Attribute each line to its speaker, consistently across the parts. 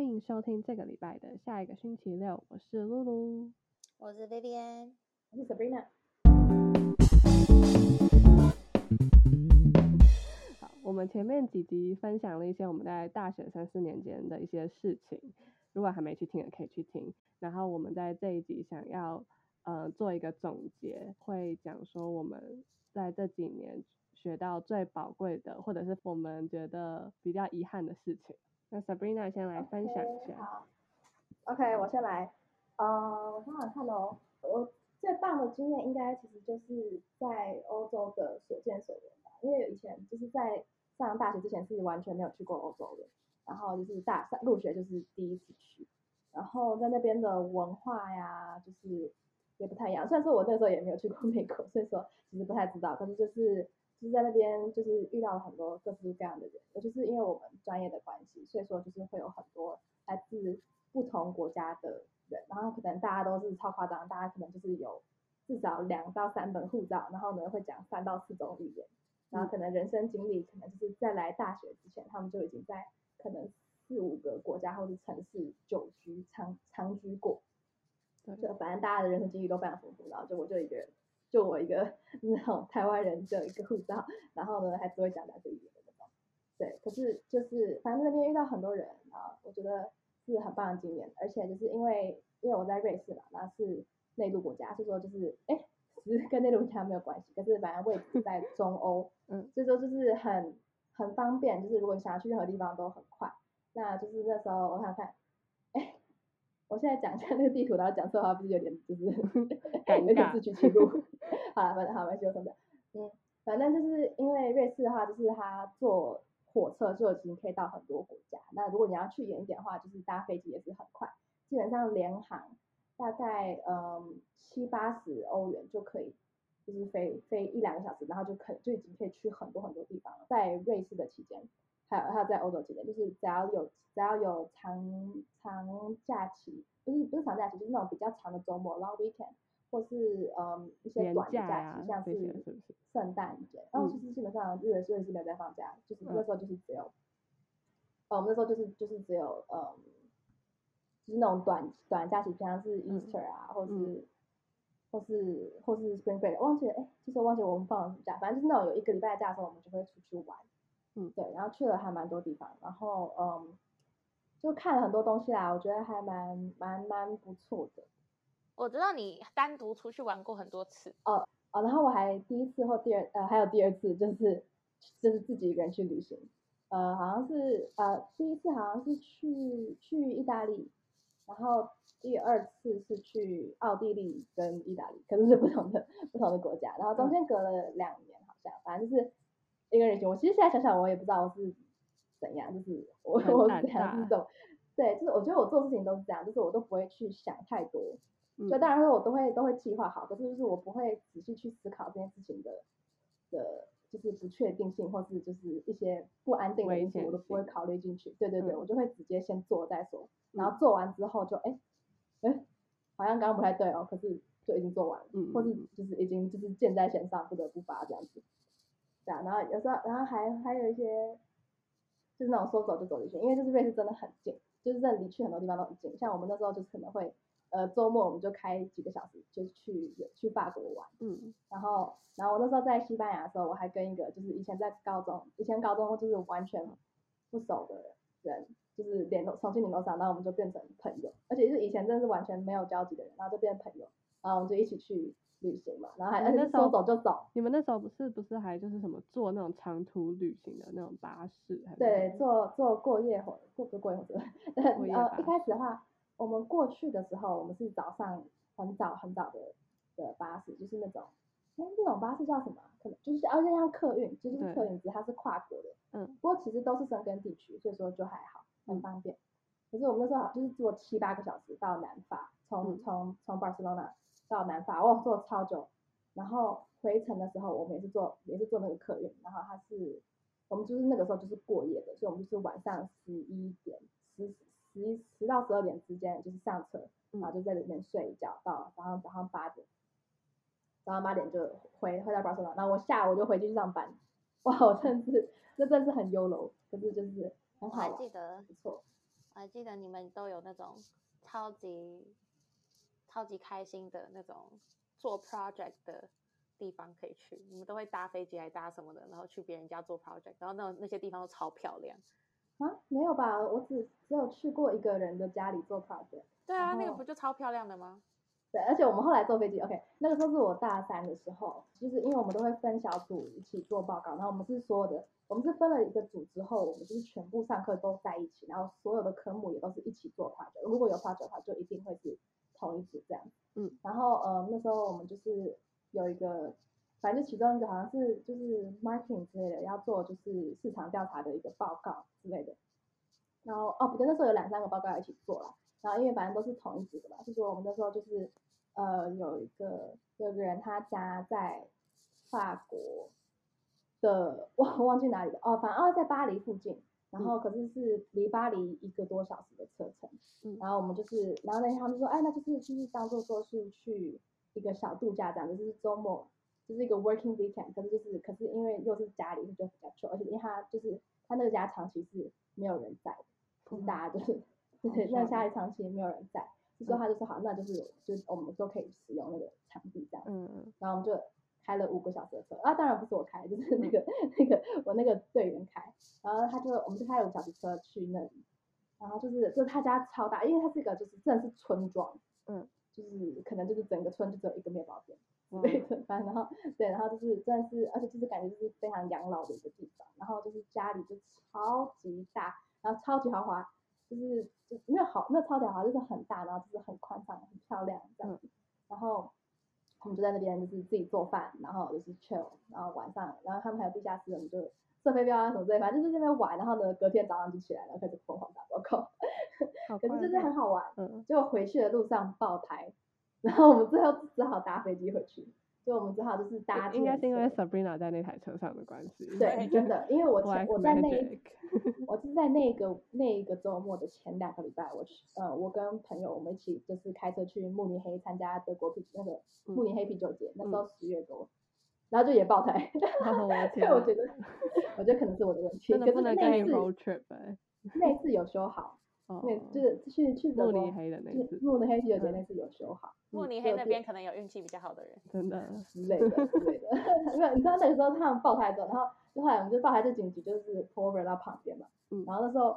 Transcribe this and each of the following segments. Speaker 1: 迎收听这个礼拜的下一个星期六，我是露露。
Speaker 2: 我是 Vivian。
Speaker 3: 我是 Sabrina。
Speaker 1: 好，我们前面几集分享了一些我们在大学三四年间的一些事情，如果还没去听的可以去听。然后我们在这一集想要呃做一个总结，会讲说我们在这几年学到最宝贵的，或者是我们觉得比较遗憾的事情。那 Sabrina 先来分享一
Speaker 3: OK，
Speaker 1: 下。
Speaker 3: 好，OK，我先来。呃，我想想看哦，我最棒的经验应该其实就是在欧洲的所见所闻吧，因为以前就是在上大学之前是完全没有去过欧洲的，然后就是大三入学就是第一次去，然后在那边的文化呀，就是也不太一样。虽然说我那时候也没有去过美国，所以说其实不太知道，但是就是就是在那边就是遇到了很多各式各样的人，尤其是因为我们专业的关系，所以说就是会有很多来自不同国家的人，然后可能大家都是超夸张，大家可能就是有至少两到三本护照，然后呢会讲三到四种语言，然后可能人生经历可能就是在来大学之前，他们就已经在可能四五个国家或者城市久居长长居过，
Speaker 1: 对
Speaker 3: 就反正大家的人生经历都非常丰富，然后就我就一个人，就我一个那种台湾人的一个护照，然后呢还只会讲两个语言的那种。对，可是就是反正那边遇到很多人啊，我觉得是很棒的经验，而且就是因为因为我在瑞士嘛，然后是内陆国家，所以说就是哎，其实跟内陆国家没有关系，可是反正位置在中欧，
Speaker 1: 嗯，
Speaker 3: 所以说就是很很方便，就是如果你想要去任何地方都很快。那就是那时候我想看，哎，我现在讲一下那个地图，然后讲错的话，不是有点就是
Speaker 1: 尴
Speaker 3: 有点
Speaker 1: 尬
Speaker 3: 自取其辱。好了，反正好，没关系，我重讲。嗯，反正就是因为瑞士的话，就是它坐火车就已经可以到很多国家。那如果你要去远一点的话，就是搭飞机也是很快，基本上联航大概嗯七八十欧元就可以，就是飞飞一两个小时，然后就可就已经可以去很多很多地方了。在瑞士的期间，还有还有在欧洲期间，就是只要有只要有长长假期，不是不是长假期，就是那种比较长的周末 long weekend，或是嗯一些
Speaker 1: 廉
Speaker 3: 短的
Speaker 1: 价呀
Speaker 3: 假期，像
Speaker 1: 啊这些
Speaker 3: 是
Speaker 1: 是不是？
Speaker 3: 圣诞节，然后
Speaker 1: 嗯
Speaker 3: 其实基本上日本日本是没有在放假，就是那
Speaker 1: 嗯
Speaker 3: 时候就是只有，呃，我们那时候就是就是只有嗯，就是那种短短假期，平常是
Speaker 1: 嗯
Speaker 3: Easter 啊，或
Speaker 1: 嗯
Speaker 3: 是或是或是 Spring Break，忘记了，哎，其实我忘记我们放了什么假，反正就是那种有一个礼拜的假的时候，我们就会出去玩，
Speaker 1: 嗯
Speaker 3: 对，然后去了还蛮多地方，然后嗯，就看了很多东西啦，我觉得还蛮蛮蛮不错的。
Speaker 2: 我知道你单独出去玩过很多次，
Speaker 3: 哦，然后我还第一次或第二呃，还有第二次，就是就是自己一个人去旅行，呃，好像是呃第一次好像是去去意大利，然后第二次是去奥地利跟意大利，可能是不同的不同的国家，然后中
Speaker 1: 嗯
Speaker 3: 间隔了两年，好像反正就是一个人行。我其实现在想想，我也不知道我是怎样，就是我
Speaker 1: 很啊
Speaker 3: 我
Speaker 1: 胆
Speaker 3: 是怎样
Speaker 1: 大
Speaker 3: 是种，对，就是我觉得我做事情都是这样，就是我都不会去想太多，就
Speaker 1: 嗯
Speaker 3: 当然说我都会都会计划好，可是就是我不会仔细去思考这件事情的的，就是不确定性或是就是一些不安定的
Speaker 1: 危
Speaker 3: 因素，
Speaker 1: 险
Speaker 3: 我都不会
Speaker 1: 性
Speaker 3: 考虑进去。对对对，
Speaker 1: 嗯
Speaker 3: 我就会直接先做再说，然
Speaker 1: 嗯
Speaker 3: 后做完之后就哎哎，诶好像刚刚不太对哦，可是就已经做完了，
Speaker 1: 嗯
Speaker 3: 或是
Speaker 1: 嗯
Speaker 3: 就是已经就是箭在弦上，不得不发这样子。对啊，然后有时候然后还还有一些就是那种说走就走的旅行，因为就是瑞士真的很近，就是真的离去很多地方都很近。像我们那时候就是可能会，呃，周末我们就开几个小时，就是去去法国玩。
Speaker 1: 嗯
Speaker 3: 然后，然后我那时候在西班牙的时候，我还跟一个就是以前在高中，以前高中就是完全不熟的人，就是联络重新联络上，然后我们就变成朋友，而且就是以前真的是完全没有交集的人，然后就变朋友，然后我们就一起去旅行嘛，然后还
Speaker 1: 你
Speaker 3: 而
Speaker 1: 们哦那
Speaker 3: 且是
Speaker 1: 时候
Speaker 3: 说走就走，
Speaker 1: 你们那时候不是不是还就是什么坐那种长途旅行的那种巴士还是什
Speaker 3: 对
Speaker 1: 么，，
Speaker 3: 坐坐过夜火，过不是过夜火车？
Speaker 1: 嗯过夜
Speaker 3: 呃，
Speaker 1: 吧
Speaker 3: 一开始的话，我们过去的时候，我们是早上很早很早的的巴士，就是那种，哎，那种巴士叫什么啊？可能就是而且像客运，就是
Speaker 1: 对
Speaker 3: 客运，只是它是跨国的。
Speaker 1: 嗯。
Speaker 3: 不过其实都是深根地区，所以说就还好，
Speaker 1: 嗯
Speaker 3: 很方便。可是我们那时候好像就是坐七八个小时到南法，从
Speaker 1: 嗯
Speaker 3: 从从 Barcelona 到南法，哇，坐超久。然后回程的时候，我们也是坐也是坐那个客运，然后它是我们就是那个时候就是过夜的，所以我们就是晚上十一点十十一十到十二点之间就是上车，然后就在里面睡一觉到早上早上八点，早上八点就回回到 Barcelona，然后我下午就回去上班。哇，我真的是，那真的是很优柔，可是就是很
Speaker 2: 我
Speaker 3: 好
Speaker 2: 还
Speaker 3: 玩
Speaker 2: 记，得
Speaker 3: 不错。
Speaker 4: 我还记得你们都有那种超级超级开心的那种做 project 的地方可以去，你们都会搭飞机还搭什么的，然后去别人家做 project，然后那那些地方都超漂亮。
Speaker 3: 啊，没有吧？我只只有去过一个人的家里做 project。
Speaker 4: 对啊，
Speaker 3: 然
Speaker 4: 那个
Speaker 3: 后
Speaker 4: 不就超漂亮的吗？
Speaker 2: 嗯
Speaker 3: 对，而且我们后来坐飞机，OK，那个时候是我大三的时候，就是因为我们都会分小组一起做报告，然后我们是所有的，我们是分了一个组之后，我们就是全部上课都在一起，然后所有的科目也都是一起做 project，如果有 project 的话，就一定会是同一组这样。
Speaker 1: 嗯，
Speaker 3: 然后呃那时候我们就是有一个，反正就其中一个好像是就是 marketing 之类的，要做就是市场调查的一个报告之类的。然后哦不对，那时候有两三个报告要一起做啦。然后因为反正都是同一组的嘛，就说我们那时候就是呃有一个有一个人他家在法国的，忘忘记哪里的哦，反正哦在巴黎附近，然后可是是离巴黎一个多小时的车程，
Speaker 1: 嗯
Speaker 3: 然后我们就是，然后那天他们就说，哎，那就是就是当做说是去一个小度假这样子，就是周末。就是一个 working weekend，可是就是可是因为又是家里就比较穷，而且因为他就是他那个家长期是没有人在的，就是大家就是对，那家里长期也没有人在，就
Speaker 1: 嗯
Speaker 3: 说他就说好，那就是就是我们都可以使用那个场地这样，
Speaker 1: 嗯，
Speaker 3: 然后我们就开了五个小时的车啊，当然不是我开，就是
Speaker 1: 嗯
Speaker 3: 那个那个我那个队员开，然后他就我们就开了五小时车去那里，然后就是就是他家超大，因为他这个就是真的是村庄，
Speaker 1: 嗯，
Speaker 3: 就是可能就是整个村就只有一个面包店。
Speaker 1: 哇
Speaker 3: 对的，反正然后对，然后就是真的是，而且就是感觉就是非常养老的一个地方，然后就是家里就超级大，然后超级豪华，就是就没有好没有超级豪华，就是很大，然后就是很宽敞、很漂亮这样子。然后我们就在那边就是自己做饭，然后就是 chill，然后晚上，然后他们还有地下室，我们就射飞镖啊什么之类，反正就是在那边玩，然后呢隔天早上就起来了，开始疯狂打报告，
Speaker 1: 好
Speaker 3: 可
Speaker 1: 棒
Speaker 3: 是就是
Speaker 1: 哦
Speaker 3: 很好玩。
Speaker 1: 嗯，
Speaker 3: 结果回去的路上爆胎，然后我们最后只好搭飞机回去，所以我们只好就是搭
Speaker 1: 应该
Speaker 3: 计
Speaker 1: 是因
Speaker 3: 程
Speaker 1: 为
Speaker 3: 车
Speaker 1: Sabrina 在那台车上的关系。
Speaker 3: 对，真的，因为 我前
Speaker 1: Black
Speaker 3: 我在那一
Speaker 1: Magic
Speaker 3: 我是在那个那个周末的前两个礼拜，我去呃，我跟朋友我们一起就是开车去慕尼黑参加德国啤那个
Speaker 1: 嗯
Speaker 3: 慕尼黑啤酒节，那时候十月多，然后就也爆胎，
Speaker 1: 哦， 我
Speaker 3: 所以
Speaker 1: 天
Speaker 3: 我
Speaker 1: 啊，
Speaker 3: 觉得我觉得可能是我的问题，
Speaker 1: 真
Speaker 3: 可
Speaker 1: 的不
Speaker 3: 是
Speaker 1: 能
Speaker 3: 那
Speaker 1: 跟
Speaker 3: 一
Speaker 1: 你
Speaker 3: 次
Speaker 1: road trip 哎。
Speaker 3: 那一次有修好，
Speaker 1: 哦
Speaker 3: 那，就是去去德
Speaker 1: 慕
Speaker 3: 国
Speaker 1: 尼黑的那
Speaker 3: 去
Speaker 1: 次，
Speaker 3: 慕尼黑啤酒节
Speaker 1: 嗯
Speaker 3: 那次有修好。
Speaker 2: 慕
Speaker 1: 嗯
Speaker 2: 尼黑
Speaker 3: 就
Speaker 2: 那
Speaker 3: 是
Speaker 2: 边可能有运气比较好的人，
Speaker 1: 真的
Speaker 3: 之类的之 类的。没有，你知道那个时候他们爆胎之后，然后就后来我们就爆胎就紧急就是 pull over 到旁边嘛，
Speaker 1: 嗯
Speaker 3: 然后那时候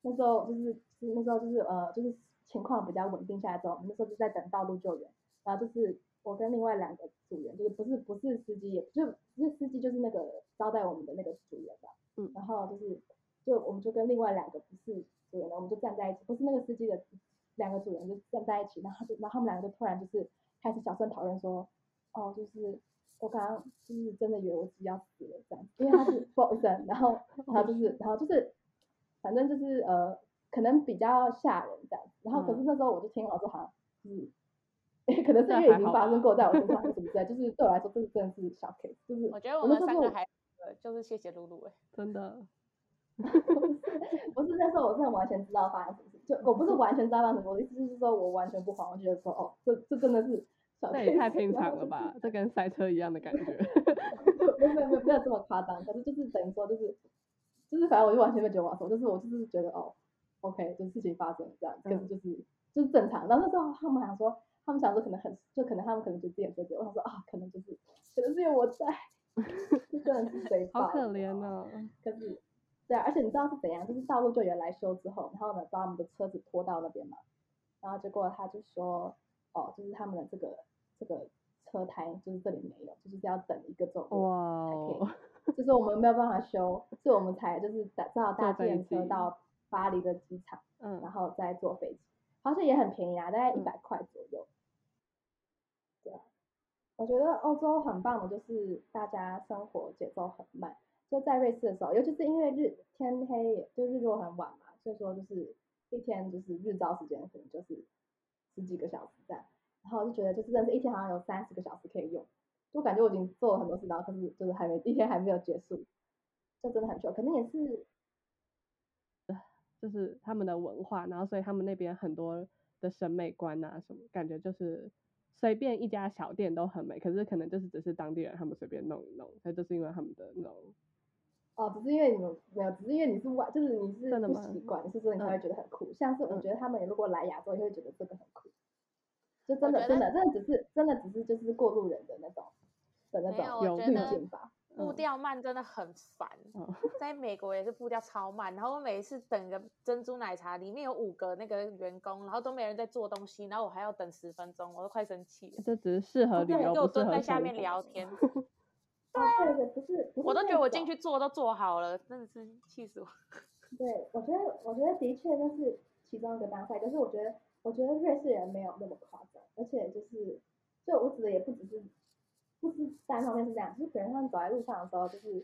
Speaker 3: 那时候就是就是那时候就是呃就是情况比较稳定下来之后，我们那时候就在等道路救援，然后就是我跟另外两个组员，就是不是不是司机，也就不是司机就是那个招待我们的那个组员吧，
Speaker 1: 嗯
Speaker 3: 然后就是就我们就跟另外两个不是组员的，我们就站在一起，不是那个司机的两个组员就站在一起，然后就然后他们两个就突然就是开始小声讨论说，哦，就是我刚刚就是真的以为我自己要死了这样，因为他是 不好意思啊，然后然后就是然后就是反正就是呃可能比较吓人这样，然后可是
Speaker 1: 嗯
Speaker 3: 那时候我就听了就好像嗯。 可能是
Speaker 1: 那
Speaker 3: 因为已
Speaker 1: 还
Speaker 3: 经
Speaker 1: 好
Speaker 3: 发
Speaker 1: 吧
Speaker 3: 生过在我身 上，或什么之类，就是对我来说，这真的是小 case，就是
Speaker 2: 我觉得我
Speaker 3: 我那
Speaker 2: 们三
Speaker 3: 时候就
Speaker 2: 个还呃就是谢谢露
Speaker 4: 欸
Speaker 2: 露哎，
Speaker 1: 真的，
Speaker 3: 不是那时候我真的完全知道发生什么事，
Speaker 1: 嗯
Speaker 3: 就我不是完全知道发生什么事，我的意思就是说我完全不慌，我觉得说哦，这这真的是小
Speaker 1: 那也太
Speaker 3: case
Speaker 1: 平
Speaker 3: 然
Speaker 1: 常了
Speaker 3: 后就是
Speaker 1: 吧？这跟塞车一样的感 觉。
Speaker 3: 没有没有没有没有这么夸张，可是就是等于说就是就是反正我就完全没觉得我要说，就是我就是觉得哦，OK，就是事情发生了这样，可是
Speaker 1: 嗯
Speaker 3: 就是、就是正常。然后那时候他们想说，他们想说可能很，就可能他们可能觉得自己很随便，我想说啊，可能就是可能是因为我在， 就 真的是随
Speaker 1: 好
Speaker 3: 报，
Speaker 1: 可
Speaker 3: 你知
Speaker 1: 怜
Speaker 3: 道吗
Speaker 1: 哦，
Speaker 3: 可是，对啊，而且你知道是怎样？就是道路救援来修之后，然后呢，把我们的车子拖到那边嘛，然后结果他就说，哦，就是他们的这个这个车胎就是这里没有，就是要等一个周
Speaker 1: 哇
Speaker 3: 末
Speaker 1: 哦，
Speaker 3: 才可以，就是我们没有办法修，所以我们才就是打只好搭
Speaker 1: 坐飞
Speaker 3: 电车
Speaker 1: 机
Speaker 3: 到巴黎的机场，然
Speaker 1: 嗯，
Speaker 3: 后再坐飞机，好像也很便宜啊，大概一百块左右。对啊，我觉得欧洲很棒的就是大家生活节奏很慢，就在瑞士的时候，尤其是因为日天黑，就日落很晚嘛，所以说就是一天就是日照时间可能就是十几个小时这样，然后就觉得就是真的是一天好像有三十个小时可以用，就感觉我已经做了很多事，然后可是就是还没一天还没有结束，就真的很久，可能也是
Speaker 1: 就是他们的文化，然后所以他们那边很多的审美观啊什么，感觉就是随便一家小店都很美，可是可能就是只是当地人他们随便弄一弄，那就是因为他们的那种
Speaker 3: 哦，只是因为你们没有，只是因为你是外，就是你是
Speaker 1: 真的
Speaker 3: 不
Speaker 1: 吗
Speaker 3: 习惯，你是真
Speaker 2: 嗯
Speaker 3: 的才会觉得很酷。像是我
Speaker 1: 嗯
Speaker 3: 觉得他们如果来亚洲，也会觉得这个很酷，就
Speaker 2: 我
Speaker 3: 真的
Speaker 2: 觉
Speaker 3: 真
Speaker 2: 得
Speaker 3: 的真的只是真的只是就是过路人的那种的那
Speaker 2: 没有，
Speaker 3: 种
Speaker 1: 有
Speaker 2: 我觉
Speaker 1: 滤
Speaker 3: 滤
Speaker 2: 得
Speaker 3: 镜吧。
Speaker 2: 步
Speaker 1: 嗯
Speaker 2: 调慢真的很烦。
Speaker 1: 哦
Speaker 2: 在美国也是步调超慢，然后我每次等个珍珠奶茶，里面有五个那个员工，然后都没人在做东西，然后我还要等十分钟，我都快生气了。
Speaker 1: 这只是适合
Speaker 2: 都
Speaker 1: 旅
Speaker 2: 不想
Speaker 1: 游，
Speaker 2: 给
Speaker 1: 不
Speaker 2: 我
Speaker 1: 适
Speaker 2: 蹲
Speaker 1: 合
Speaker 2: 在下
Speaker 1: 生
Speaker 2: 面
Speaker 1: 活
Speaker 2: 聊天，啊
Speaker 3: 对哦对对，不是不是
Speaker 2: 我都觉得
Speaker 3: 那
Speaker 2: 我进
Speaker 3: 种
Speaker 2: 去坐都坐好了，真的是气死我。
Speaker 3: 对，我觉得，我觉得的确那是其中一个当赛，可是我觉得，我觉得瑞士人没有那么夸张，而且就是，就我指的也不只是，不是单方面是这样，就是可能他们走在路上的时候，就是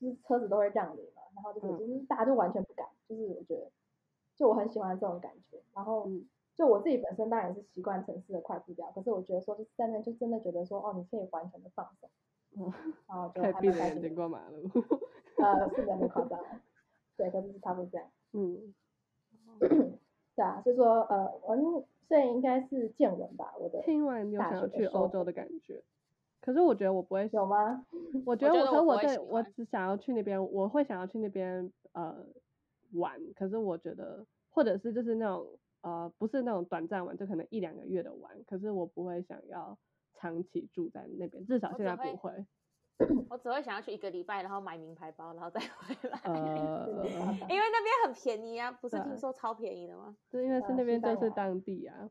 Speaker 3: 就是车子都会让你嘛，然后就是
Speaker 1: 嗯
Speaker 3: 就是大家就完全不敢，就是我觉得，就我很喜欢这种感觉，然后
Speaker 1: 嗯
Speaker 3: 就我自己本身当然是习惯城市的快步调，可是我觉得说就是在那就真的觉得说哦，你可以完全的放松，
Speaker 1: 嗯
Speaker 3: 然后就
Speaker 1: 可以
Speaker 3: 还
Speaker 1: 闭
Speaker 3: 蛮
Speaker 1: 着
Speaker 3: 开
Speaker 1: 眼
Speaker 3: 心
Speaker 1: 睛
Speaker 3: 的，
Speaker 1: 过马路。
Speaker 3: 呃，是没有那么夸张 啊，对，可是是差不多这样。
Speaker 1: 嗯，
Speaker 3: 对啊，所以说呃，我们所以应该是见闻吧，我的
Speaker 1: 听完有
Speaker 3: 大
Speaker 1: 想
Speaker 3: 学
Speaker 1: 要
Speaker 3: 的
Speaker 1: 去
Speaker 3: 收
Speaker 1: 欧
Speaker 3: 获
Speaker 1: 洲的感觉，可是我觉得我不会
Speaker 3: 有吗？
Speaker 1: 我觉得
Speaker 2: 我觉
Speaker 1: 我
Speaker 2: 得
Speaker 1: 和
Speaker 2: 我
Speaker 1: 我
Speaker 2: 不会
Speaker 1: 对
Speaker 2: 喜
Speaker 1: 我
Speaker 2: 欢
Speaker 1: 只想要去那边，我会想要去那边呃玩，可是我觉得或者是就是那种呃不是那种短暂玩，就可能一两个月的玩，可是我不会想要长期住在那边，至少
Speaker 2: 我
Speaker 1: 现
Speaker 2: 只
Speaker 1: 在不
Speaker 2: 会
Speaker 1: 会。
Speaker 2: 我只会想要去一个礼拜，然后买名牌包，然后再回来，
Speaker 3: 真的夸
Speaker 1: 呃，
Speaker 3: 张
Speaker 2: 因为那边很便宜啊，不是
Speaker 1: 嗯对
Speaker 2: 听说超便宜的吗？
Speaker 1: 就因为是
Speaker 3: 呃
Speaker 1: 那
Speaker 3: 西
Speaker 1: 边就
Speaker 3: 班
Speaker 1: 是
Speaker 3: 牙
Speaker 1: 当地啊，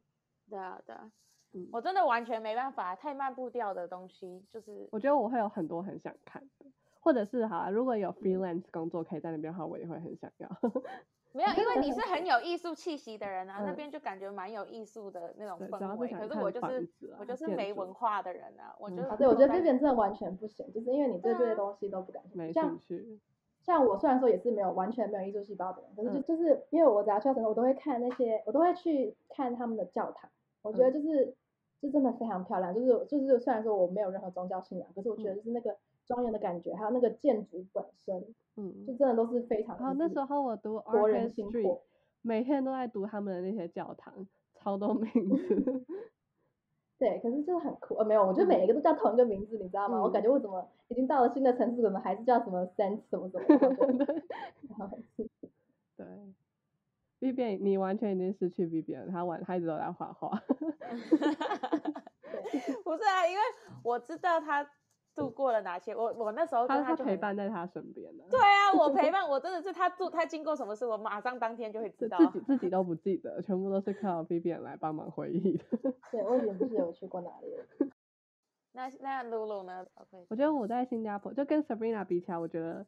Speaker 2: 对啊，对啊，
Speaker 1: 嗯，
Speaker 2: 我真的完全没办法，太慢步调的东西就是
Speaker 1: 我觉得我会有很多很想看的，或者是哈、如果有
Speaker 2: 嗯
Speaker 1: freelance 工作可以在那边的话，我也会很想要。
Speaker 2: 没有，因为你是很有艺术气息的人啊，那
Speaker 1: 嗯
Speaker 2: 边就感觉蛮有艺术的那种
Speaker 1: 对主要
Speaker 2: 氛
Speaker 1: 是
Speaker 2: 围。
Speaker 1: 想
Speaker 2: 可是
Speaker 1: 看
Speaker 2: 我就
Speaker 1: 房
Speaker 2: 是
Speaker 1: 子啊
Speaker 2: 我就是
Speaker 1: 建
Speaker 2: 没
Speaker 1: 筑
Speaker 2: 文化的人啊，我
Speaker 1: 嗯
Speaker 2: 就是
Speaker 1: 好
Speaker 2: 不
Speaker 3: 啊，对，我觉
Speaker 2: 懂
Speaker 3: 得这
Speaker 2: 在
Speaker 3: 边真的完全不行，就是因为你对这些东西都不感兴
Speaker 1: 啊没
Speaker 3: 趣。
Speaker 1: 兴
Speaker 3: 像
Speaker 1: 趣，
Speaker 3: 像我虽然说也是没有完全没有艺术细胞的人，可是就、
Speaker 1: 嗯
Speaker 3: 就是因为我只要去到城市，我都会看那些，我都会去看他们的教堂。我觉得
Speaker 1: 嗯
Speaker 3: 就是、就真的非常漂亮，就是就是虽然说我没有任何宗教信仰，可是我
Speaker 1: 嗯
Speaker 3: 觉得就是那个庄园的感觉，还有那个建筑本身，
Speaker 1: 嗯，
Speaker 3: 就真的都是非常。
Speaker 1: 然哦后那时候我读
Speaker 3: 嗯国
Speaker 1: Art
Speaker 3: 人心
Speaker 1: History，
Speaker 3: 魄
Speaker 1: 每天都在读他们的那些教堂，超多名 字。
Speaker 3: 对，可是就是很酷，呃，没有，我觉得每一个都叫同一个名字，你知道吗？我感觉我怎么已经到了新的城市，怎么还是叫什么 Sense 什么什么然后 就？然后
Speaker 1: 对，Vivian，你完全已经失去 Vivian，他玩，他一直都在画画。
Speaker 2: 不是啊，因为我知道他度过了哪些，我我那时候
Speaker 1: 他
Speaker 2: 跟
Speaker 1: 他
Speaker 2: 就
Speaker 1: 陪
Speaker 2: 很
Speaker 1: 伴在他身边呢、
Speaker 2: 对啊，我陪伴我真的是他做他经过什么事，我马上当天就会知
Speaker 1: 对，
Speaker 2: 道。啊
Speaker 1: 自己自己都不记得，全部都是靠 Vivian 来帮忙回忆的。
Speaker 3: 对，我以前不是有去过哪里了？
Speaker 2: 那那露露呢？OK，
Speaker 1: 我觉得我在新加坡就跟 Sabrina 比起来，我觉得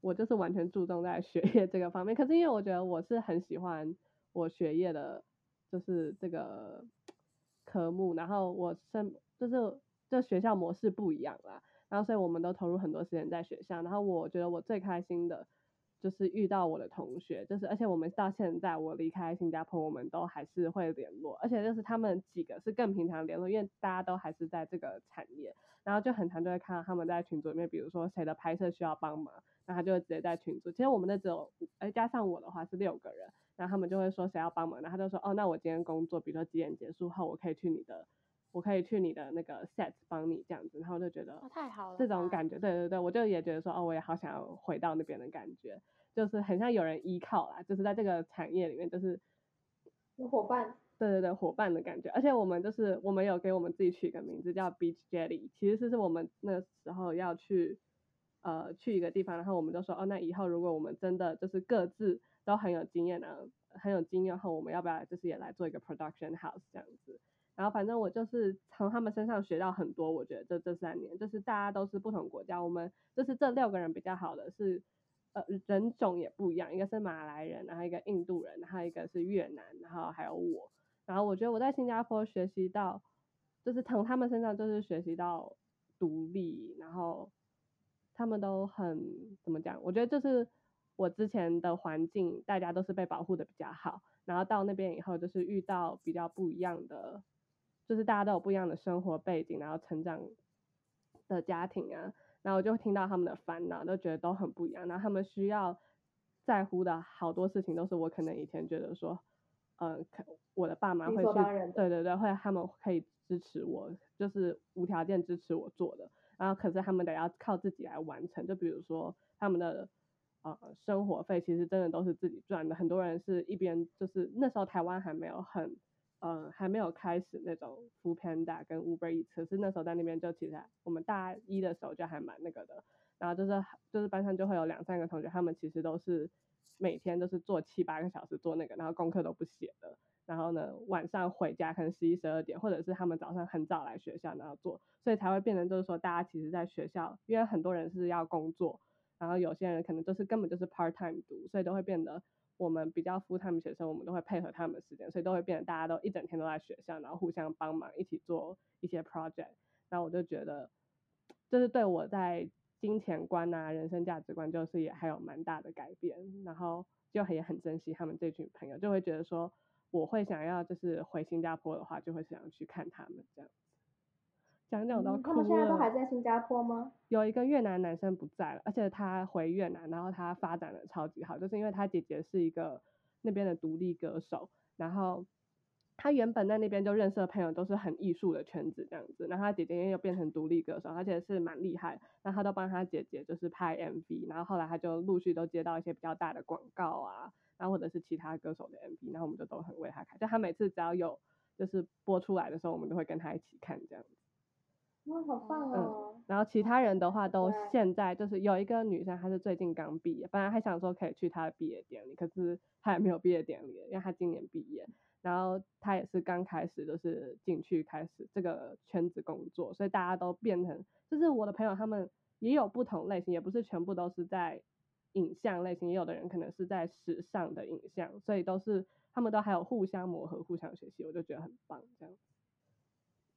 Speaker 1: 我就是完全注重在学业这个方面。可是因为我觉得我是很喜欢我学业的，就是这个科目，然后我身就是就学校模式不一样啦，然后所以我们都投入很多时间在学校。然后我觉得我最开心的。就是遇到我的同学，就是而且我们到现在我离开新加坡，我们都还是会联络，而且就是他们几个是更平常联络，因为大家都还是在这个产业，然后就很常就会看到他们在群组里面，比如说谁的拍摄需要帮忙，然后他就会直接在群组。其实我们那只有五，哎，加上我的话是六个人，然后他们就会说谁要帮忙，然后他就说哦，那我今天工作，比如说几点结束后，我可以去你的，我可以去你的那个 set 帮你这样子，然后我就觉得
Speaker 2: 哦太好了
Speaker 1: 这种
Speaker 2: 吧
Speaker 1: 感觉，对对对，我就也觉得说哦，我也好想要回到那边的感觉，就是很像有人依靠啦，就是在这个产业里面，就是
Speaker 3: 有伙伴，
Speaker 1: 对对对，伙伴的感觉。而且我们就是我们有给我们自己取一个名字叫 Beach Jelly，其实是是我们那时候要去呃去一个地方，然后我们就说哦，那以后如果我们真的就是各自都很有经验然后很有经验后，我们要不要就是也来做一个 production house 这样子？然后反正我就是从他们身上学到很多，我觉得这这三年就是大家都是不同国家，我们就是这六个人比较好的是，呃，人种也不一样，一个是马来人，然后一个印度人，然后一个是越南，然后还有我，然后我觉得我在新加坡学习到，就是从他们身上就是学习到独立，然后他们都很怎么讲？我觉得就是我之前的环境，大家都是被保护的比较好，然后到那边以后，就是遇到比较不一样的，就是大家都有不一样的生活背景，然后成长的家庭啊，然后我就听到他们的烦恼，都觉得都很不一样，然后他们需要在乎的好多事情，都是我可能以前觉得说，呃，可我的爸妈
Speaker 3: 理
Speaker 1: 会
Speaker 3: 所
Speaker 1: 去
Speaker 3: 当然的，
Speaker 1: 对对对，会他们可以支持我，就是无条件支持我做的，然后可是他们得要靠自己来完成。就比如说他们的呃生活费，其实真的都是自己赚的。很多人是一边就是那时候台湾还没有很呃还没有开始那种 f o o Panda 啊跟 Uber Eats，可是那时候在那边就其实还我们大一的时候就还蛮那个的。然后就是就是班上就会有两三个同学，他们其实都是每天都是做七八个小时做那个，然后功课都不写的。然后呢，晚上回家可能十一十二点，或者是他们早上很早来学校然后做，所以才会变成就是说，大家其实在学校，因为很多人是要工作，然后有些人可能就是根本就是 part time 读，所以都会变得我们比较 full time 学生，我们都会配合他们的时间，所以都会变得大家都一整天都在学校，然后互相帮忙，一起做一些 project。然后我就觉得，就是对我在金钱观啊、人生价值观，就是也还有蛮大的改变，然后就也很珍惜他们这群朋友，就会觉得说。我会想要就是回新加坡的话，就会想去看他们这样。讲讲我都
Speaker 3: 嗯他
Speaker 1: 哭
Speaker 3: 们现在都
Speaker 1: 了。
Speaker 3: 还在新加坡吗？
Speaker 1: 有一个越南男生不在了，而且他回越南，然后他发展的超级好，就是因为他姐姐是一个那边的独立歌手，然后他原本在那边就认识的朋友都是很艺术的圈子这样子，然后他姐姐因为又变成独立歌手，而且是蛮厉害，然后他都帮他姐姐就是拍 MV，然后后来他就陆续都接到一些比较大的广告啊，然后或者是其他歌手的 MV，然后我们就都很为他开，就他每次只要有就是播出来的时候，我们都会跟他一起看这样子。
Speaker 3: 哇，好棒
Speaker 1: 嗯
Speaker 3: 哦！
Speaker 1: 然后其他人的话都
Speaker 3: 对
Speaker 1: 现在就是有一个女生，她是最近刚毕业，本来还想说可以去她的毕业典礼，可是她也没有毕业典礼，因为她今年毕业。然后她也是刚开始就是进去开始这个圈子工作，所以大家都变成就是我的朋友他们也有不同类型，也不是全部都是在影像类型，也有的人可能是在时尚的影像，所以都是他们都还有互相磨合、互相学习，我就觉得很棒，这样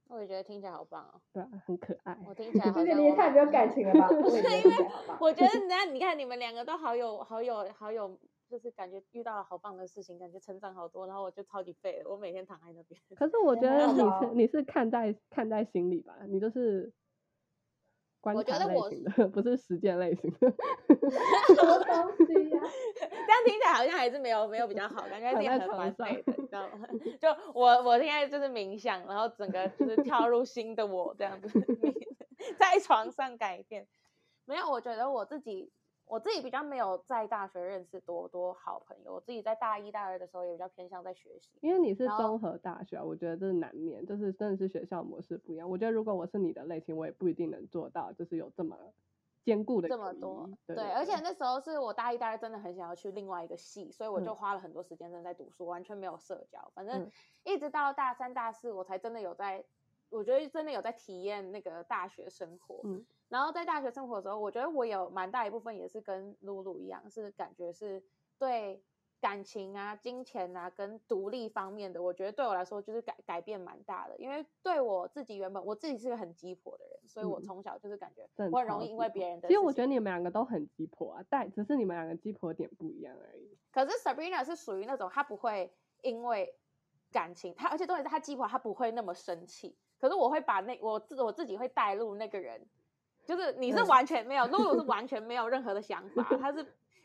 Speaker 4: 我也觉得听起来好棒哦，
Speaker 1: 对啊、很可爱。
Speaker 4: 我 听起来好
Speaker 3: 这个
Speaker 4: 像
Speaker 3: 你也
Speaker 4: 我
Speaker 3: 太
Speaker 4: 们
Speaker 3: 没有感情了吧？不
Speaker 4: 是因为
Speaker 3: 好吧？
Speaker 4: 我觉得人家你看你们两个都好有好有好有，就是感觉遇到了好棒的事情，感觉成长好多，然后我就超级废了，我每天躺在那边。
Speaker 1: 可是我觉
Speaker 3: 也还
Speaker 1: 得你
Speaker 4: 哦
Speaker 3: 好
Speaker 1: 是你是看在看在心里吧，你就是观
Speaker 4: 我觉
Speaker 1: 察
Speaker 4: 得
Speaker 1: 类
Speaker 4: 我
Speaker 1: 型的，不 是实践类型的，
Speaker 3: 什 么东西
Speaker 1: 啊
Speaker 3: 呀、
Speaker 4: 但听起来好像还是没有没有比较好，感觉自己
Speaker 1: 躺在
Speaker 4: 很
Speaker 1: 床
Speaker 4: 蛮
Speaker 1: 上
Speaker 4: 废的，你知道吗？ 就 我我现在就是冥想，然后整个就是跳入新的我这样子， 在床上改变。没有，我觉得我自己我自己比较没有在大学认识多多好朋友，我自己在大一大二的时候也比较偏向在学习。
Speaker 1: 因为你是
Speaker 4: 然后
Speaker 1: 综合大学啊，我觉得这是难免，就是真的是学校模式不一样。我觉得如果我是你的类型，我也不一定能做到，就是有这么坚固的
Speaker 4: 这么
Speaker 1: 友
Speaker 4: 多
Speaker 1: 谊，对
Speaker 4: 对
Speaker 1: 对
Speaker 4: 而且那时候是我大一、大二真的很想要去另外一个系，所以我就
Speaker 1: 嗯
Speaker 4: 花了很多时间真的在读书，完全没有社交。反正
Speaker 1: 嗯
Speaker 4: 一直到大三、大四，我才真的有在，我觉得真的有在体验那个大学生活。
Speaker 1: 嗯
Speaker 4: 然后在大学生活的时候，我觉得我有蛮大一部分也是跟露露一样，是感觉是对感情啊、金钱啊跟独立方面的，我觉得对我来说就是改改变蛮大的。因为对我自己原本我自己是个很鸡婆的人，所以我
Speaker 1: 嗯
Speaker 4: 从小就是感觉
Speaker 1: 真的
Speaker 4: 我很
Speaker 1: 超
Speaker 4: 容易
Speaker 1: 级
Speaker 4: 因为
Speaker 1: 好
Speaker 4: 别人
Speaker 1: 其
Speaker 4: 的事
Speaker 1: 实
Speaker 4: 情。
Speaker 1: 我觉得你们两个都很鸡婆啊，但只是你们两个鸡婆点不一样而已。
Speaker 4: 可是 Sabrina 是属于那种她不会因为感情，她而且重点是她鸡婆，她不会那么生气。可是我会把那我自我自己会带入那个人，就是你是
Speaker 1: 嗯
Speaker 4: 完全 没有，露露是完全没有任何的想法，她是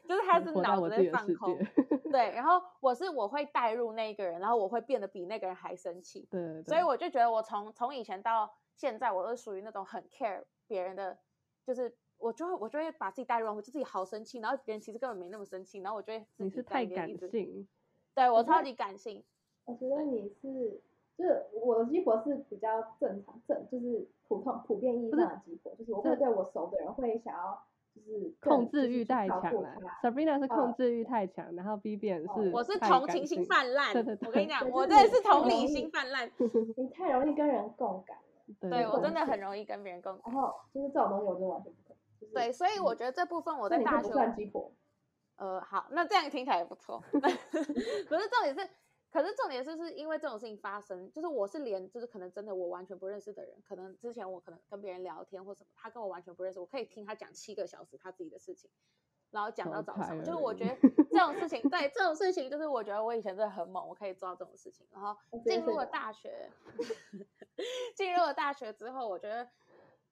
Speaker 4: 就是她
Speaker 1: 我
Speaker 4: 是
Speaker 1: 嗯活在
Speaker 4: 脑
Speaker 1: 我
Speaker 4: 子
Speaker 1: 自己
Speaker 4: 在
Speaker 1: 的
Speaker 4: 放
Speaker 1: 世
Speaker 4: 空
Speaker 1: 界，。
Speaker 4: 对，然后我是我会带入那个人，然后我会变得比那个人还生气。
Speaker 1: 对对对。
Speaker 4: 所以我就觉得我从从以前到现在，我都是属于那种很 care 别人的，就是我就会我就会把自己带入，我就自己好生气，然后别人其实根本没那么生气，然后我就会自
Speaker 1: 你
Speaker 4: 己
Speaker 1: 是
Speaker 4: 在
Speaker 1: 太
Speaker 4: 里面
Speaker 1: 感
Speaker 4: 一直，
Speaker 1: 性，
Speaker 4: 对我
Speaker 3: 我觉得
Speaker 4: 超级感性，
Speaker 3: 我觉得你是，就是我的鸡婆是比较正常，正就是普通普遍意义
Speaker 1: 不
Speaker 3: 上
Speaker 1: 是
Speaker 3: 的鸡婆，就是我会
Speaker 1: 这
Speaker 3: 对我熟的人会想要就是更
Speaker 1: 控
Speaker 3: 就
Speaker 1: 制
Speaker 3: 是
Speaker 1: 欲
Speaker 3: 去
Speaker 1: 太
Speaker 3: 照
Speaker 1: 强
Speaker 3: 顾
Speaker 1: 了
Speaker 3: 他。
Speaker 1: Sabrina 是控
Speaker 3: 嗯
Speaker 1: 制欲太强，然后 Vivian
Speaker 3: 哦
Speaker 1: 是
Speaker 4: 我是
Speaker 1: 太
Speaker 4: 同
Speaker 1: 感
Speaker 4: 情心
Speaker 1: 性
Speaker 4: 泛滥
Speaker 1: 对对。
Speaker 4: 我跟
Speaker 1: 对
Speaker 4: 你讲，
Speaker 3: 对
Speaker 4: 我
Speaker 3: 就
Speaker 4: 真
Speaker 3: 是你
Speaker 4: 的是
Speaker 3: 太
Speaker 4: 同
Speaker 3: 容
Speaker 4: 理
Speaker 3: 易
Speaker 4: 心泛滥，
Speaker 3: 你太容易跟人共感了，
Speaker 1: 对
Speaker 4: 对我
Speaker 3: 对
Speaker 4: 真的
Speaker 3: 对
Speaker 4: 很容易跟别人共
Speaker 3: 然
Speaker 4: 感。
Speaker 3: 后就是这种东西我就完全不可以。就是、
Speaker 4: 对，所以我
Speaker 3: 嗯
Speaker 4: 觉得这部分我
Speaker 3: 那
Speaker 4: 在
Speaker 3: 你
Speaker 4: 大
Speaker 3: 就
Speaker 4: 学
Speaker 3: 不算鸡婆，
Speaker 4: 呃，好，那这样听起来也不错。 不是重点是，可是重点是，是因为这种事情发生，就是我是连就是可能真的我完全不认识的人，可能之前我可能跟别人聊天或什么，他跟我完全不认识，我可以听他讲七个小时他自己的事情，然后讲到
Speaker 1: 好
Speaker 4: 早
Speaker 1: 菜
Speaker 4: 上，就是
Speaker 1: 而
Speaker 4: 我
Speaker 1: 已
Speaker 4: 觉得这种事情，对这种事情，就是我觉得我以前真的很猛，我可以做到这种事情，然后
Speaker 3: 我直接
Speaker 4: 进入
Speaker 3: 睡
Speaker 4: 了
Speaker 3: 着
Speaker 4: 大学， 进入了大学之后，我觉得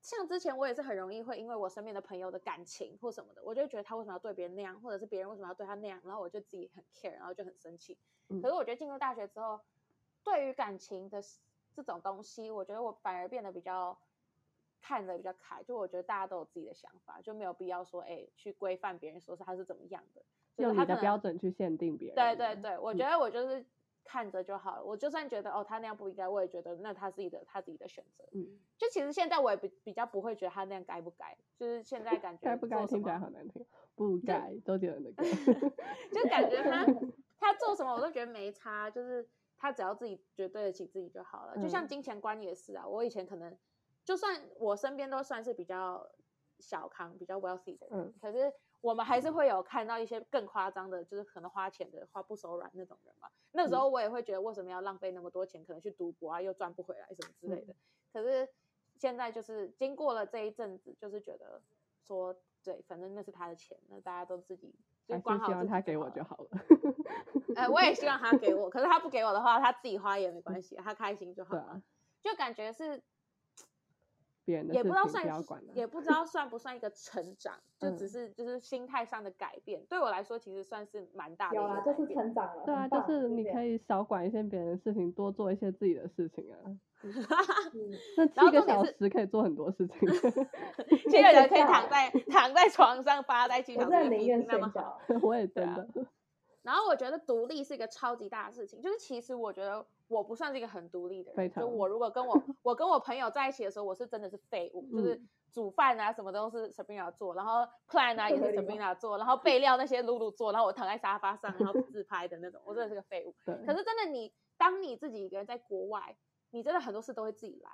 Speaker 4: 像之前我也是很容易会因为我身边的朋友的感情或什么的，我就会觉得他为什么要对别人那样，或者是别人为什么要对他那样，然后我就自己很 care，然后就很生气。
Speaker 1: 嗯
Speaker 4: 可是我觉得进入大学之后，对于感情的 s- 这种东西，我觉得我反而变得比较看的比较开，就我觉得大家都有自己的想法，就没有必要说哎、去规范别人说是他是怎么样的，就是
Speaker 1: 用
Speaker 4: 他
Speaker 1: 你的
Speaker 4: 可能
Speaker 1: 标准去限定别人。嗯
Speaker 4: 对对，对，我觉得我就是看着就好了。我就算觉得哦，他那样不应该，我也觉得那他自己的他自己的选择。
Speaker 1: 嗯，
Speaker 4: 就其实现在我也比比较不会觉得他那样该不该，就是现在感觉
Speaker 1: 该不
Speaker 4: 做
Speaker 1: 该
Speaker 4: 什
Speaker 1: 听起来
Speaker 4: 么
Speaker 1: 好难听，不该周杰伦的歌。
Speaker 4: 就感觉 他他做什么我都觉得没差，就是他只要自己觉得对得起自己就好了。就像
Speaker 1: 嗯
Speaker 4: 金钱观也是啊，我以前可能就算我身边都算是比较小康、比较 wealthy 的人，
Speaker 1: 嗯
Speaker 4: 可是我们还是会有看到一些更夸张的，就是可能花钱的花不手软那种人嘛。那时
Speaker 1: 嗯
Speaker 4: 候我也会觉得为什么要浪费那么多钱，可能去赌博啊又赚不回来什么之
Speaker 1: 嗯
Speaker 4: 类的。可是现在就是经过了这一阵子，就是觉得说对，反正那是他的钱，那大家都自己。就
Speaker 1: 还是
Speaker 4: 管好
Speaker 1: 希
Speaker 4: 自
Speaker 1: 望
Speaker 4: 己
Speaker 1: 他给我
Speaker 4: 好了
Speaker 1: 就好了。
Speaker 4: 哎，我也希望他给我，可是他不给我的话，他自己花也没关系，他开心就好
Speaker 1: 对
Speaker 4: 了。
Speaker 1: 啊，
Speaker 4: 就感觉是
Speaker 1: 别人的
Speaker 4: 也
Speaker 1: 事
Speaker 4: 不
Speaker 1: 情
Speaker 4: 知道算
Speaker 1: 不要
Speaker 4: 是
Speaker 1: 管了。
Speaker 4: 也不知道算不算一个成长，就只
Speaker 1: 嗯
Speaker 4: 是就是心态上的改变。对我来说，其实算是蛮大的一
Speaker 3: 有
Speaker 4: 个
Speaker 3: 啦，
Speaker 4: 改
Speaker 3: 就
Speaker 4: 变。
Speaker 3: 是成长了，
Speaker 1: 对啊，
Speaker 3: 很
Speaker 1: 就
Speaker 3: 棒
Speaker 1: 是
Speaker 3: 谢
Speaker 1: 你
Speaker 3: 谢
Speaker 1: 可以少管一些别人的事情，多做一些自己的事情啊。
Speaker 3: 嗯，
Speaker 1: 那七
Speaker 4: 然后
Speaker 1: 个
Speaker 4: 重点
Speaker 1: 小
Speaker 4: 是
Speaker 1: 时可以做很多事情。
Speaker 4: 现在人可
Speaker 3: 睡
Speaker 4: 以
Speaker 3: 觉
Speaker 4: 躺在躺在床上发呆，其实
Speaker 3: 啊我真的宁愿
Speaker 4: 那
Speaker 3: 睡
Speaker 4: 么好。
Speaker 3: 觉。
Speaker 1: 我也
Speaker 4: 对
Speaker 1: 真
Speaker 4: 啊
Speaker 1: 的，
Speaker 4: 然后我觉得独立是一个超级大的事情，就是其实我觉得我不算是一个很独立的
Speaker 1: 非
Speaker 4: 人，就
Speaker 1: 常
Speaker 4: 我如果跟我我跟我朋友在一起的时候，我是真的是废物，就是煮饭啊什么都是 Sabrina 做，然后 plan 啊也
Speaker 3: 不合
Speaker 4: 是
Speaker 3: 理吧
Speaker 4: Sabrina 做，然后备料那些露露做，然后我躺在沙发上然后自拍的那种，我真的是个废物。
Speaker 1: 对，
Speaker 4: 可是真的你当你自己一个人在国外，你真的很多事都会自己来，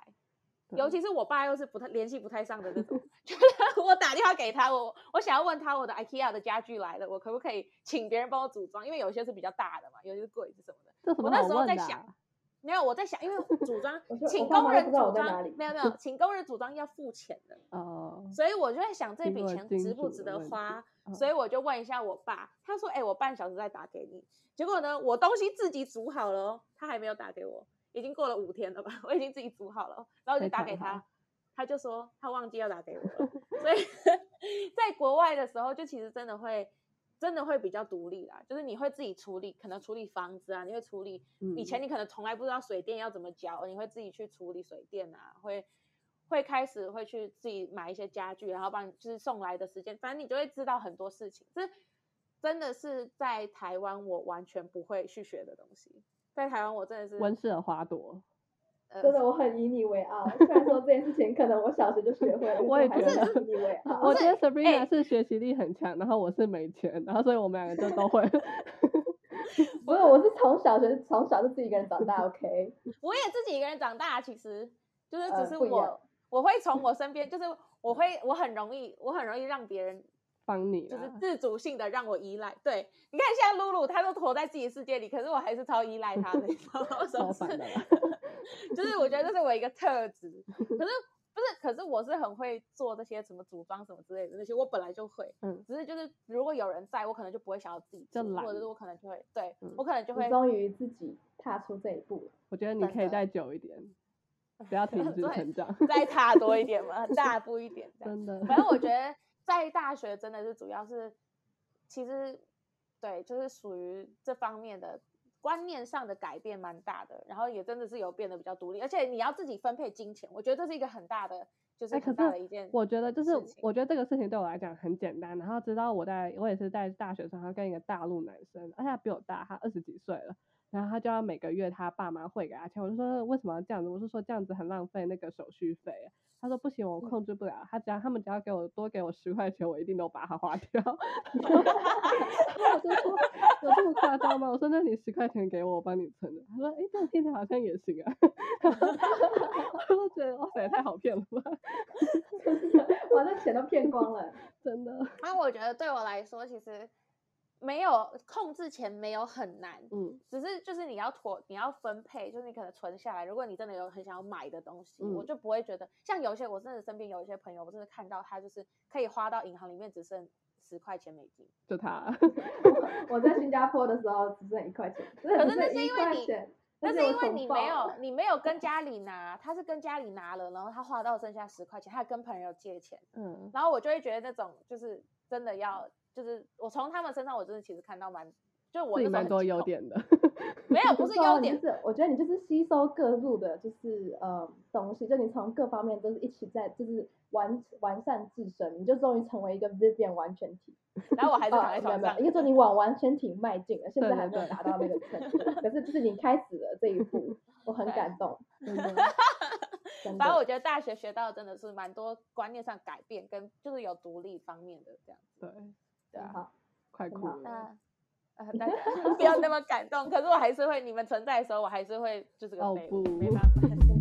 Speaker 1: 对
Speaker 4: 尤其是我爸又是不太联系不太上的 那种，就是我打电话给他，我我想要问他我的 IKEA 的家具来了，我可不可以请别人帮我组装？因为有些是比较大的嘛，有些是柜子什么的。
Speaker 1: 这什么
Speaker 4: 我那
Speaker 1: 好
Speaker 4: 时候
Speaker 1: 问
Speaker 4: 在
Speaker 1: 的
Speaker 4: 想
Speaker 1: 啊？
Speaker 4: 没有，我在想，因为组装
Speaker 3: 我说
Speaker 4: 请
Speaker 3: 我爸
Speaker 4: 工
Speaker 3: 妈都
Speaker 4: 人
Speaker 3: 不
Speaker 4: 组
Speaker 3: 知道我在哪
Speaker 4: 装
Speaker 3: 里
Speaker 4: 没有没有，请工人组装要付钱的，
Speaker 1: 哦，
Speaker 4: 所以我就在想这
Speaker 1: 苹
Speaker 4: 笔
Speaker 1: 果
Speaker 4: 钱
Speaker 1: 金
Speaker 4: 值不
Speaker 1: 主
Speaker 4: 值
Speaker 1: 的
Speaker 4: 得
Speaker 1: 问题
Speaker 4: 花，
Speaker 1: 嗯
Speaker 4: 所以我就问一下我爸，他说：“哎、我半小时再打给你。”结果呢，我东西自己煮好了哦，他还没有打给我，已经过了五天了吧，我已经自己煮好了哦，然后我就
Speaker 1: 非
Speaker 4: 打
Speaker 1: 常
Speaker 4: 给他
Speaker 1: 好，
Speaker 4: 他就说他忘记要打给我了。所以在国外的时候，就其实真的会。真的会比较独立啦，就是你会自己处理，可能处理房子啊，你会处理以
Speaker 3: 嗯
Speaker 4: 前你可能从来不知道水电要怎么缴，你会自己去处理水电啊，会会开始会去自己买一些家具，然后帮你就是送来的时间，反正你就会知道很多事情。这真的是在台湾我完全不会去学的东西，在台湾我真的是
Speaker 1: 温室的花朵，
Speaker 4: 呃
Speaker 3: 真的，我很以你为傲。虽然说这件事情可能我小学就学会了，
Speaker 1: 我也
Speaker 3: 觉
Speaker 1: 觉得
Speaker 3: 得以 你为傲。
Speaker 1: 我觉得 Sabrina
Speaker 4: 哎
Speaker 1: 是学习力很强，然后我是没钱，然后所以我们两个就都 会
Speaker 3: 不是，我是从小学从小就自己一个人长大，OK？
Speaker 4: 我也自己一个人长大，啊其实就是只
Speaker 3: 呃
Speaker 4: 是
Speaker 3: 不一
Speaker 4: 我、
Speaker 3: 样
Speaker 4: 我会从我身边，就是我会我很容易我很容易让别人
Speaker 1: 帮你
Speaker 4: 就是
Speaker 1: 啦。
Speaker 4: 自主性的让我依赖。对，你看现在露露，她都活在自己世界里，可是我还是超依赖她的，你知道吗？ 我
Speaker 1: 超
Speaker 4: 总
Speaker 1: 烦
Speaker 4: 是
Speaker 1: 的啦
Speaker 4: 就是我觉得这是我一个特质，可是不是，可是我是很会做这些什么组装什么之类的那些，我本来就会。
Speaker 1: 嗯，
Speaker 4: 只是就是如果有人在，我可能就不会想要自己
Speaker 1: 就
Speaker 4: 做，
Speaker 1: 懒
Speaker 4: 或者是我可能就会对、
Speaker 1: 嗯
Speaker 4: 我可能就
Speaker 3: 你
Speaker 4: 会
Speaker 3: 终于自己踏出这一步了。
Speaker 1: 我觉得你
Speaker 4: 真
Speaker 1: 可以
Speaker 4: 的
Speaker 1: 再久一点，不要 停止
Speaker 4: 对
Speaker 1: 成长，
Speaker 4: 再踏多一点嘛，大步一点这样。
Speaker 1: 真的。
Speaker 4: 反正我觉得在大学真的是主要是，其实对，就是属于这方面的观念上的改变蛮大的，然后也真的是有变得比较独立，而且你要自己分配金钱，我觉得这是一个很大的，就是
Speaker 1: 哎可
Speaker 4: 很大
Speaker 1: 是
Speaker 4: 的一件。
Speaker 1: 我觉得就是
Speaker 4: 事情，
Speaker 1: 我觉得这个事情对我来讲很简单。然后直到我在，我也是在大学时候跟一个大陆男生，而且他比我大，他二十几岁了。然后他就要每个月他爸妈汇给他钱，我就说为什么要这样子？我是说这样子很浪费那个手续费。啊他说不行，
Speaker 4: 嗯
Speaker 1: 我控制不了。他只要他们只要给我多给我十块钱，我一定都把它花掉。然后我就 说有这么夸张吗？我说那你十块钱给我，我帮你存着。他说哎，诶这样听起来好像也行啊。 我就觉得哇塞，太好骗了吧，
Speaker 3: 哇，那钱都骗光了。
Speaker 1: 真的。
Speaker 4: 那啊我觉得对我来说，其实没有控制钱没有很难，
Speaker 1: 嗯，
Speaker 4: 只是就是你要妥，你要分配，就是你可能存下来。如果你真的有很想要买的东西，我
Speaker 1: 嗯
Speaker 4: 就不会觉得像有一些我真的身边有一些朋友，我真的看到他就是可以花到银行里面只剩十块钱美金，
Speaker 1: 就他。
Speaker 3: 我在新加坡的时候只剩一块钱，可
Speaker 4: 可是那是因为你那是
Speaker 3: 我
Speaker 4: 因为
Speaker 3: 穷
Speaker 4: 你
Speaker 3: 爆
Speaker 4: 没有
Speaker 3: 了
Speaker 4: 你没有跟家里拿，他是跟家里拿了，然后他花到剩下十块钱，他还跟朋友借钱，
Speaker 1: 嗯，
Speaker 4: 然后我就会觉得那种就是真的要就是我从他们身上我真的其实看到蛮就我
Speaker 1: 自己
Speaker 4: 那时候
Speaker 1: 蛮
Speaker 4: 很
Speaker 1: 多
Speaker 4: 激
Speaker 1: 优
Speaker 4: 动，
Speaker 1: 点的，
Speaker 4: 没有
Speaker 3: 你
Speaker 4: 不是
Speaker 3: 说
Speaker 4: 优
Speaker 3: 啊 你
Speaker 4: 点，
Speaker 3: 就是我觉得你就是吸收各路的，就是呃东西，就你从各方面都是一起在，就是完完善自身，你就终于成为一个 Vivian 完全体。
Speaker 4: 然后我还是
Speaker 3: 哦
Speaker 4: 躺
Speaker 3: 没有
Speaker 4: 在床
Speaker 3: 没有
Speaker 4: 上，
Speaker 3: 应该说你往完全体迈进了，现
Speaker 1: 对
Speaker 3: 在
Speaker 1: 对
Speaker 3: 还没有
Speaker 1: 对
Speaker 3: 达到那个程度，可是就是你开始了这一 步，我很
Speaker 4: 对
Speaker 3: 感动，真的。真
Speaker 4: 反正我
Speaker 3: 的，
Speaker 4: 觉得大学学到的真的是蛮多观念上改变，跟就是有独立方面的这样子。
Speaker 1: 对，
Speaker 3: 很
Speaker 4: 对啊，
Speaker 3: 好，
Speaker 1: 快
Speaker 3: 很
Speaker 1: 哭
Speaker 3: 好
Speaker 1: 了。
Speaker 4: 那呃，大 家不要那么感动，可是我还是会，你们存在的时候，我还是会就是个
Speaker 1: 哦
Speaker 4: 废
Speaker 1: 不
Speaker 4: 物，没办法。